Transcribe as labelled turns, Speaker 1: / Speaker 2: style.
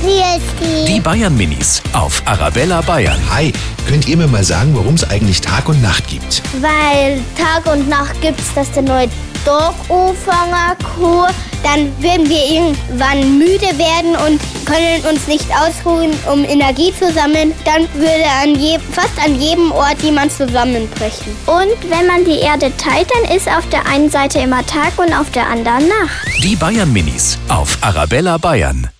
Speaker 1: Hier ist
Speaker 2: Die Bayern Minis auf Arabella Bayern.
Speaker 3: Hi, könnt ihr mir mal sagen, warum es eigentlich Tag und Nacht gibt?
Speaker 1: Weil Tag und Nacht gibt's das der neue Dog-Ufanger-Kur. Dann werden wir irgendwann müde werden und können uns nicht ausruhen, um Energie zu sammeln. Dann würde an je, fast an jedem Ort jemand zusammenbrechen. Und wenn man die Erde teilt, dann ist auf der einen Seite immer Tag und auf der anderen Nacht.
Speaker 2: Die Bayern Minis auf Arabella Bayern.